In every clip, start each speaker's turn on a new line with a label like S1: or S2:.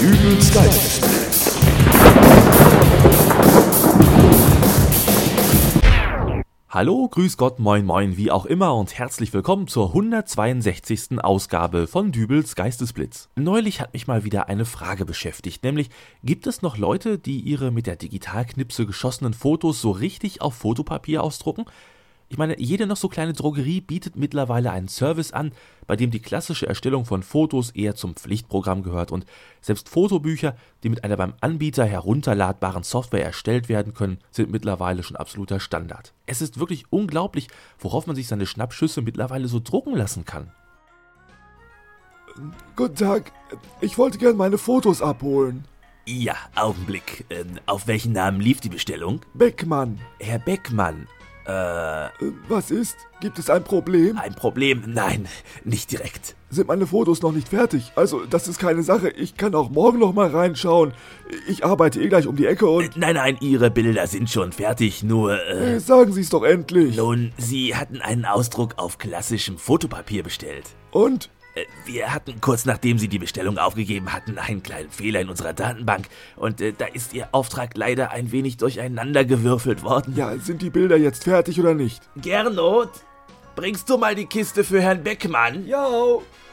S1: Dübels Geist.
S2: Hallo, grüß Gott, moin moin, wie auch immer und herzlich willkommen zur 162. Ausgabe von Dübels Geistesblitz. Neulich hat mich mal wieder eine Frage beschäftigt, nämlich gibt es noch Leute, die ihre mit der Digitalknipse geschossenen Fotos so richtig auf Fotopapier ausdrucken? Ich meine, jede noch so kleine Drogerie bietet mittlerweile einen Service an, bei dem die klassische Erstellung von Fotos eher zum Pflichtprogramm gehört und selbst Fotobücher, die mit einer beim Anbieter herunterladbaren Software erstellt werden können, sind mittlerweile schon absoluter Standard. Es ist wirklich unglaublich, worauf man sich seine Schnappschüsse mittlerweile so drucken lassen kann.
S1: Guten Tag, ich wollte gern meine Fotos abholen.
S2: Ja, Augenblick. ähm, auf welchen Namen lief die Bestellung?
S1: Beckmann,
S2: Herr Beckmann. Äh,
S1: äh, was ist? Gibt es ein Problem?
S2: ein Problem? Nein, nicht direkt.
S1: Sind meine Fotos noch nicht fertig? Also, das ist keine Sache. Ich kann auch morgen noch mal reinschauen. Ich arbeite eh gleich um die Ecke und...
S2: Nein, nein, Ihre Bilder sind schon fertig, nur... Äh,
S1: Äh, sagen Sie es doch endlich.
S2: nun, Sie hatten einen Ausdruck auf klassischem Fotopapier bestellt.
S1: Und?
S2: Äh, Wir hatten kurz nachdem Sie die Bestellung aufgegeben hatten, einen kleinen Fehler in unserer Datenbank und äh, da ist Ihr Auftrag leider ein wenig durcheinandergewürfelt worden.
S1: Ja, sind die Bilder jetzt fertig oder nicht?
S2: Gernot, bringst du mal die Kiste für Herrn Beckmann?
S1: Ja.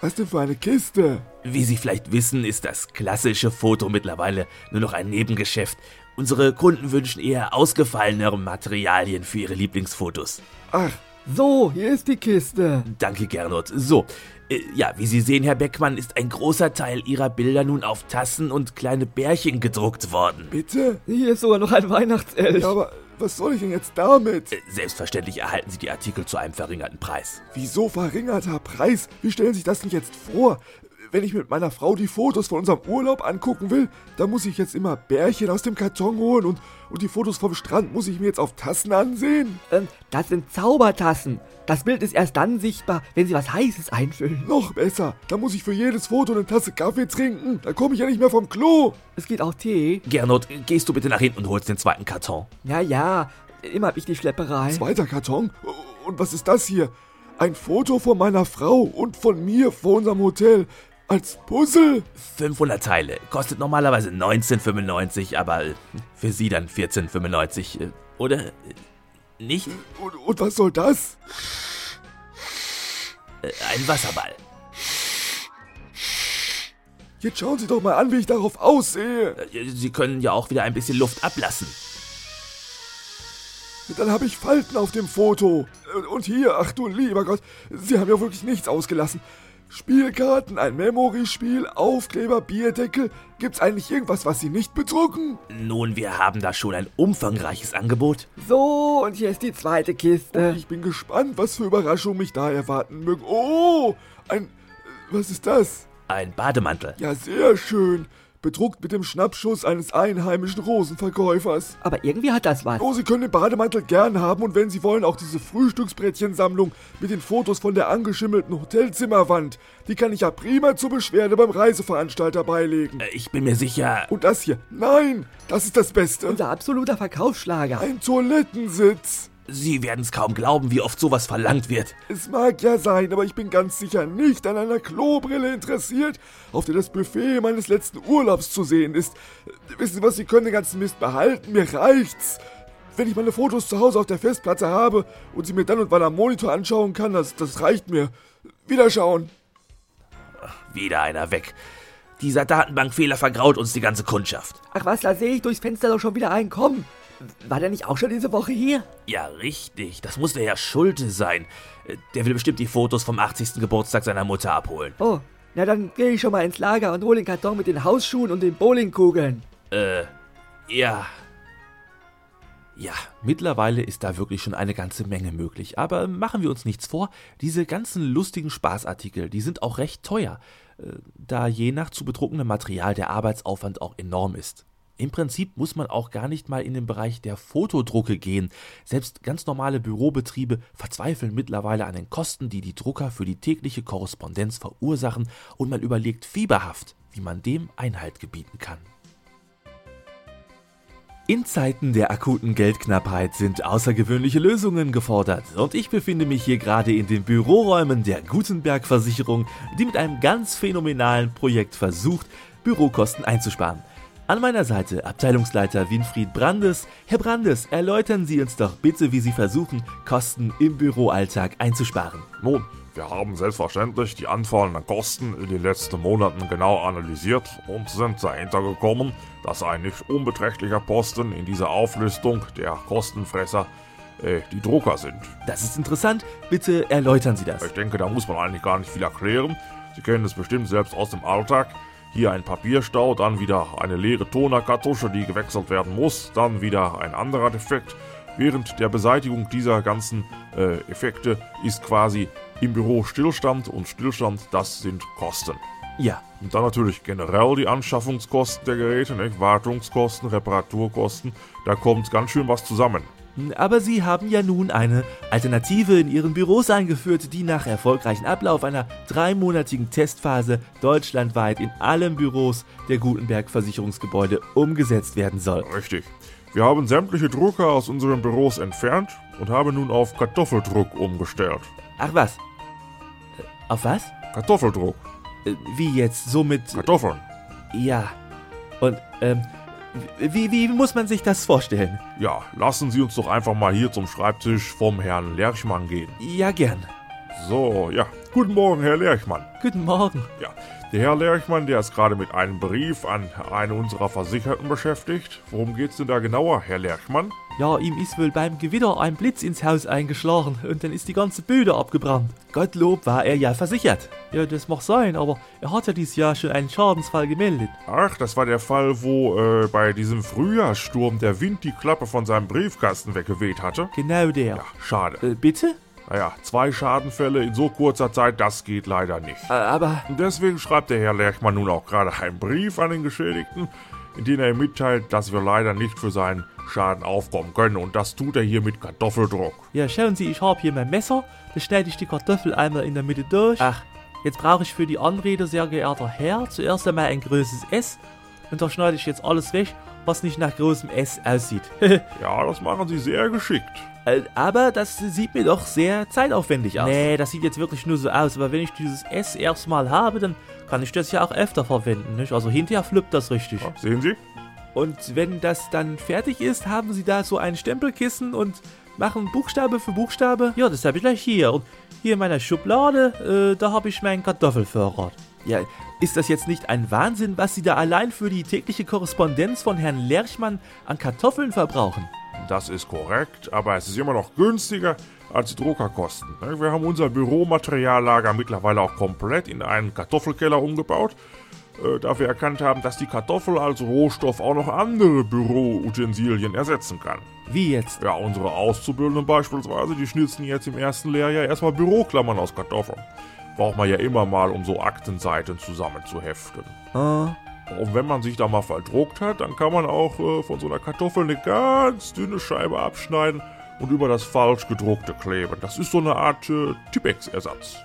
S1: Was denn für eine Kiste?
S2: Wie Sie vielleicht wissen, ist das klassische Foto mittlerweile nur noch ein Nebengeschäft. Unsere Kunden wünschen eher ausgefallenere Materialien für ihre Lieblingsfotos.
S1: Ach,
S3: So, hier ist die Kiste.
S2: Danke, Gernot. So, äh, ja, wie Sie sehen, Herr Beckmann, ist ein großer Teil Ihrer Bilder nun auf Tassen und kleine Bärchen gedruckt worden.
S1: bitte?
S3: Hier ist sogar noch ein Weihnachtself.
S1: Ja, aber was soll ich denn jetzt damit?
S2: Äh, Selbstverständlich erhalten Sie die Artikel zu einem verringerten Preis.
S1: Wieso verringerter Preis? Wie stellen sich das denn jetzt vor? Wenn ich mit meiner Frau die Fotos von unserem Urlaub angucken will, dann muss ich jetzt immer Bärchen aus dem Karton holen und, und die Fotos vom Strand muss ich mir jetzt auf Tassen ansehen.
S3: Ähm, das sind Zaubertassen. Das Bild ist erst dann sichtbar, wenn sie was Heißes einfüllen.
S1: Noch besser, dann muss ich für jedes Foto eine Tasse Kaffee trinken. Da komme ich ja nicht mehr vom Klo.
S3: Es geht auch Tee.
S2: Gernot, äh, gehst du bitte nach hinten und holst den zweiten Karton.
S3: Ja, ja. Immer hab ich die Schlepperei.
S1: Zweiter Karton? Und was ist das hier? Ein Foto von meiner Frau und von mir vor unserem Hotel. Als Puzzle?
S2: 500 Teile. Kostet normalerweise 19,95, aber äh, für Sie dann 14,95. äh, Oder? äh, Nicht?
S1: Und, und was soll das?
S2: Äh, Ein Wasserball.
S1: Jetzt schauen Sie doch mal an, wie ich darauf aussehe.
S2: Äh, Sie können ja auch wieder ein bisschen Luft ablassen.
S1: Dann habe ich Falten auf dem Foto. Und hier, ach du lieber Gott, Sie haben ja wirklich nichts ausgelassen. Spielkarten, ein Memory-Spiel, Aufkleber, Bierdeckel. Gibt's eigentlich irgendwas, was Sie nicht bedrucken?
S2: Nun, wir haben da schon ein umfangreiches Angebot.
S3: So, und hier ist die zweite Kiste.
S1: Ich bin gespannt, was für Überraschungen mich da erwarten mögen. Oh, ein... äh, Was ist das?
S2: Ein Bademantel.
S1: Ja, sehr schön. Bedruckt mit dem Schnappschuss eines einheimischen Rosenverkäufers.
S3: Aber irgendwie hat das was.
S1: Oh, Sie können den Bademantel gern haben und wenn Sie wollen, auch diese Frühstücksbrettchensammlung mit den Fotos von der angeschimmelten Hotelzimmerwand. Die kann ich ja prima zur Beschwerde beim Reiseveranstalter beilegen.
S2: Äh, Ich bin mir sicher.
S1: Und das hier, nein, das ist das Beste.
S3: Unser absoluter Verkaufsschlager.
S1: Ein Toilettensitz.
S2: Sie werden es kaum glauben, wie oft sowas verlangt wird.
S1: Es mag ja sein, aber ich bin ganz sicher nicht an einer Klobrille interessiert, auf der das Buffet meines letzten Urlaubs zu sehen ist. Wissen Sie was, Sie können den ganzen Mist behalten, mir reicht's. Wenn ich meine Fotos zu Hause auf der Festplatte habe und sie mir dann und wann am Monitor anschauen kann, das, das reicht mir. Wiederschauen.
S2: Wieder einer weg. Dieser Datenbankfehler vergraut uns die ganze Kundschaft.
S3: Ach was, da sehe ich durchs Fenster doch schon wieder einen kommen. War der nicht auch schon diese Woche hier?
S2: Ja, richtig. Das muss der Herr Schulte sein. Äh, Der will bestimmt die Fotos vom 80. Geburtstag seiner Mutter abholen.
S3: Oh, na dann gehe ich schon mal ins Lager und hole den Karton mit den Hausschuhen und den Bowlingkugeln.
S2: Äh, ja. Ja, mittlerweile ist da wirklich schon eine ganze Menge möglich. Aber machen wir uns nichts vor, diese ganzen lustigen Spaßartikel, die sind auch recht teuer, äh, da je nach zu bedruckendem Material der Arbeitsaufwand auch enorm ist. Im Prinzip muss man auch gar nicht mal in den Bereich der Fotodrucke gehen. Selbst ganz normale Bürobetriebe verzweifeln mittlerweile an den Kosten, die die Drucker für die tägliche Korrespondenz verursachen, und man überlegt fieberhaft, wie man dem Einhalt gebieten kann. In Zeiten der akuten Geldknappheit sind außergewöhnliche Lösungen gefordert und ich befinde mich hier gerade in den Büroräumen der Gutenberg Versicherung, die mit einem ganz phänomenalen Projekt versucht, Bürokosten einzusparen. An meiner Seite Abteilungsleiter Winfried Brandes. Herr Brandes, erläutern Sie uns doch bitte, wie Sie versuchen, Kosten im Büroalltag einzusparen.
S4: Nun, wir haben selbstverständlich die anfallenden Kosten in den letzten Monaten genau analysiert und sind dahinter gekommen, dass ein nicht unbeträchtlicher Posten in dieser Auflistung der Kostenfresser äh, die Drucker sind.
S2: Das ist interessant, bitte erläutern Sie das.
S4: Ich denke, da muss man eigentlich gar nicht viel erklären. Sie kennen es bestimmt selbst aus dem Alltag. Hier ein Papierstau, dann wieder eine leere Tonerkartusche, die gewechselt werden muss, dann wieder ein anderer Defekt. Während der Beseitigung dieser ganzen äh, Effekte ist quasi im Büro Stillstand und Stillstand, das sind Kosten.
S2: Ja,
S4: Und dann natürlich generell die Anschaffungskosten der Geräte, ne? Wartungskosten, Reparaturkosten, da kommt ganz schön was zusammen.
S2: aber Sie haben ja nun eine Alternative in Ihren Büros eingeführt, die nach erfolgreichem Ablauf einer dreimonatigen Testphase deutschlandweit in allen Büros der Gutenberg Versicherungsgebäude umgesetzt werden soll.
S4: Richtig. Wir haben sämtliche Drucker aus unseren Büros entfernt und haben nun auf Kartoffeldruck umgestellt.
S2: Ach was? Äh, Auf was?
S4: Kartoffeldruck.
S2: Äh, Wie jetzt? So mit.
S4: Kartoffeln.
S2: Ja. Und, ähm, wie, wie muss man sich das vorstellen?
S4: Ja, lassen Sie uns doch einfach mal hier zum Schreibtisch vom Herrn Lerchmann gehen.
S2: Ja, gern.
S4: So, ja. Guten Morgen, Herr Lerchmann.
S2: Guten Morgen.
S4: Ja, der Herr Lerchmann, der ist gerade mit einem Brief an einen unserer Versicherten beschäftigt. Worum geht's denn da genauer, Herr Lerchmann?
S2: Ja, ihm ist wohl beim Gewitter ein Blitz ins Haus eingeschlagen und dann ist die ganze Bude abgebrannt. Gottlob war er ja versichert. Ja, das mag sein, aber er hat ja dieses Jahr schon einen Schadensfall gemeldet.
S4: Ach, das war der Fall, wo äh, bei diesem Frühjahrssturm der Wind die Klappe von seinem Briefkasten weggeweht hatte.
S2: Genau der.
S4: Ja, schade.
S2: Äh, bitte?
S4: Naja, zwei Schadenfälle in so kurzer Zeit, das geht leider nicht.
S2: Äh, aber
S4: Und deswegen schreibt der Herr Lerchmann nun auch gerade einen Brief an den Geschädigten, in dem er ihm mitteilt, dass wir leider nicht für seinen Schaden aufkommen können. Und das tut er hier mit Kartoffeldruck.
S2: Ja, schauen Sie, ich habe hier mein Messer, da schneide ich die Kartoffel einmal in der Mitte durch. Ach, jetzt brauche ich für die Anrede, sehr geehrter Herr, zuerst einmal ein großes S und da schneide ich jetzt alles weg, was nicht nach großem S aussieht.
S4: Ja, das machen sie sehr geschickt.
S2: Äh, aber das sieht mir doch sehr zeitaufwendig aus. Nee, das sieht jetzt wirklich nur so aus, aber wenn ich dieses S erstmal habe, dann kann ich das ja auch öfter verwenden, nicht? Also hinterher flippt das richtig.
S4: Ja, sehen Sie?
S2: Oh, Und wenn das dann fertig ist, haben sie da so ein Stempelkissen und machen Buchstabe für Buchstabe. Ja, das habe ich gleich hier. Und hier in meiner Schublade, äh, da habe ich meinen Kartoffelvorrat. Ja, ist das jetzt nicht ein Wahnsinn, was sie da allein für die tägliche Korrespondenz von Herrn Lerchmann an Kartoffeln verbrauchen?
S4: Das ist korrekt, aber es ist immer noch günstiger als die Druckerkosten. Ne, Wir haben unser Büromateriallager mittlerweile auch komplett in einen Kartoffelkeller umgebaut, äh, da wir erkannt haben, dass die Kartoffel als Rohstoff auch noch andere Büroutensilien ersetzen kann.
S2: Wie jetzt?
S4: Ja, unsere Auszubildenden beispielsweise, die schnitzen jetzt im ersten Lehrjahr erstmal Büroklammern aus Kartoffeln. Braucht man ja immer mal, um so Aktenseiten zusammenzuheften.
S2: Äh,
S4: Und wenn man sich da mal verdruckt hat, dann kann man auch äh, von so einer Kartoffel eine ganz dünne Scheibe abschneiden und über das falsch gedruckte kleben. Das ist so eine Art äh, Tippex-Ersatz.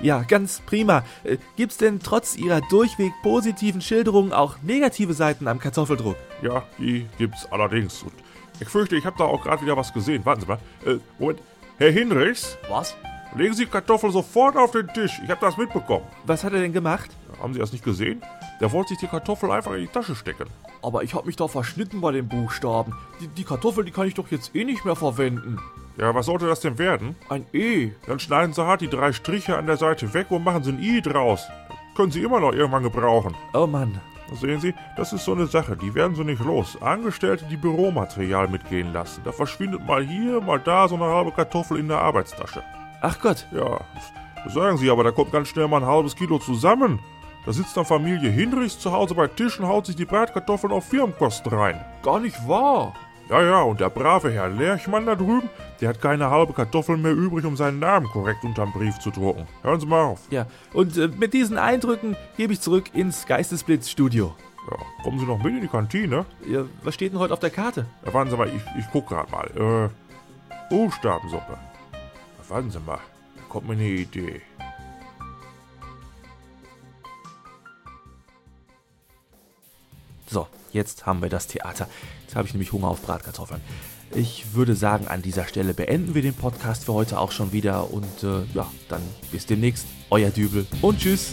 S2: ja, ganz prima. Äh, gibt's denn trotz ihrer durchweg positiven Schilderung auch negative Seiten am Kartoffeldruck?
S4: Ja, die gibt's allerdings. Und ich fürchte, ich habe da auch gerade wieder was gesehen. Warten Sie mal. Äh, Moment. Herr Hinrichs,
S2: Was?
S4: legen Sie die Kartoffel sofort auf den Tisch. Ich habe das mitbekommen.
S2: Was hat er denn gemacht?
S4: Haben Sie das nicht gesehen? Der wollte sich die Kartoffel einfach in die Tasche stecken.
S3: Aber ich hab mich da verschnitten bei den Buchstaben. Die, die Kartoffel, die kann ich doch jetzt eh nicht mehr verwenden.
S4: Ja, was sollte das denn werden?
S3: Ein E.
S4: Dann schneiden Sie hart die drei Striche an der Seite weg und machen Sie ein I draus. Können Sie immer noch irgendwann gebrauchen.
S2: Oh Mann.
S4: Sehen Sie, das ist so eine Sache, die werden Sie nicht los. Angestellte, die Büromaterial mitgehen lassen. Da verschwindet mal hier, mal da so eine halbe Kartoffel in der Arbeitstasche.
S2: Ach Gott.
S4: Ja, das sagen Sie, aber da kommt ganz schnell mal ein halbes Kilo zusammen. Da sitzt dann Familie Hinrichs zu Hause bei Tisch und haut sich die Bratkartoffeln auf Firmenkosten rein.
S3: Gar nicht wahr.
S4: Ja, ja, und der brave Herr Lerchmann da drüben, der hat keine halbe Kartoffel mehr übrig, um seinen Namen korrekt unterm Brief zu drucken. Hören Sie mal auf.
S2: Ja, und äh, mit diesen Eindrücken gebe ich zurück ins Geistesblitz-Studio.
S4: Ja, kommen Sie noch mit in die Kantine.
S2: Ja, was steht denn heute auf der Karte?
S4: Ja, warten Sie mal, ich, ich guck gerade mal. Äh, Buchstabensuppe. Ja, warten Sie mal, da kommt mir eine Idee.
S2: So, jetzt haben wir das Theater. Jetzt habe ich nämlich Hunger auf Bratkartoffeln. Ich würde sagen, an dieser Stelle beenden wir den Podcast für heute auch schon wieder und äh, ja, dann bis demnächst. Euer Dübel und tschüss.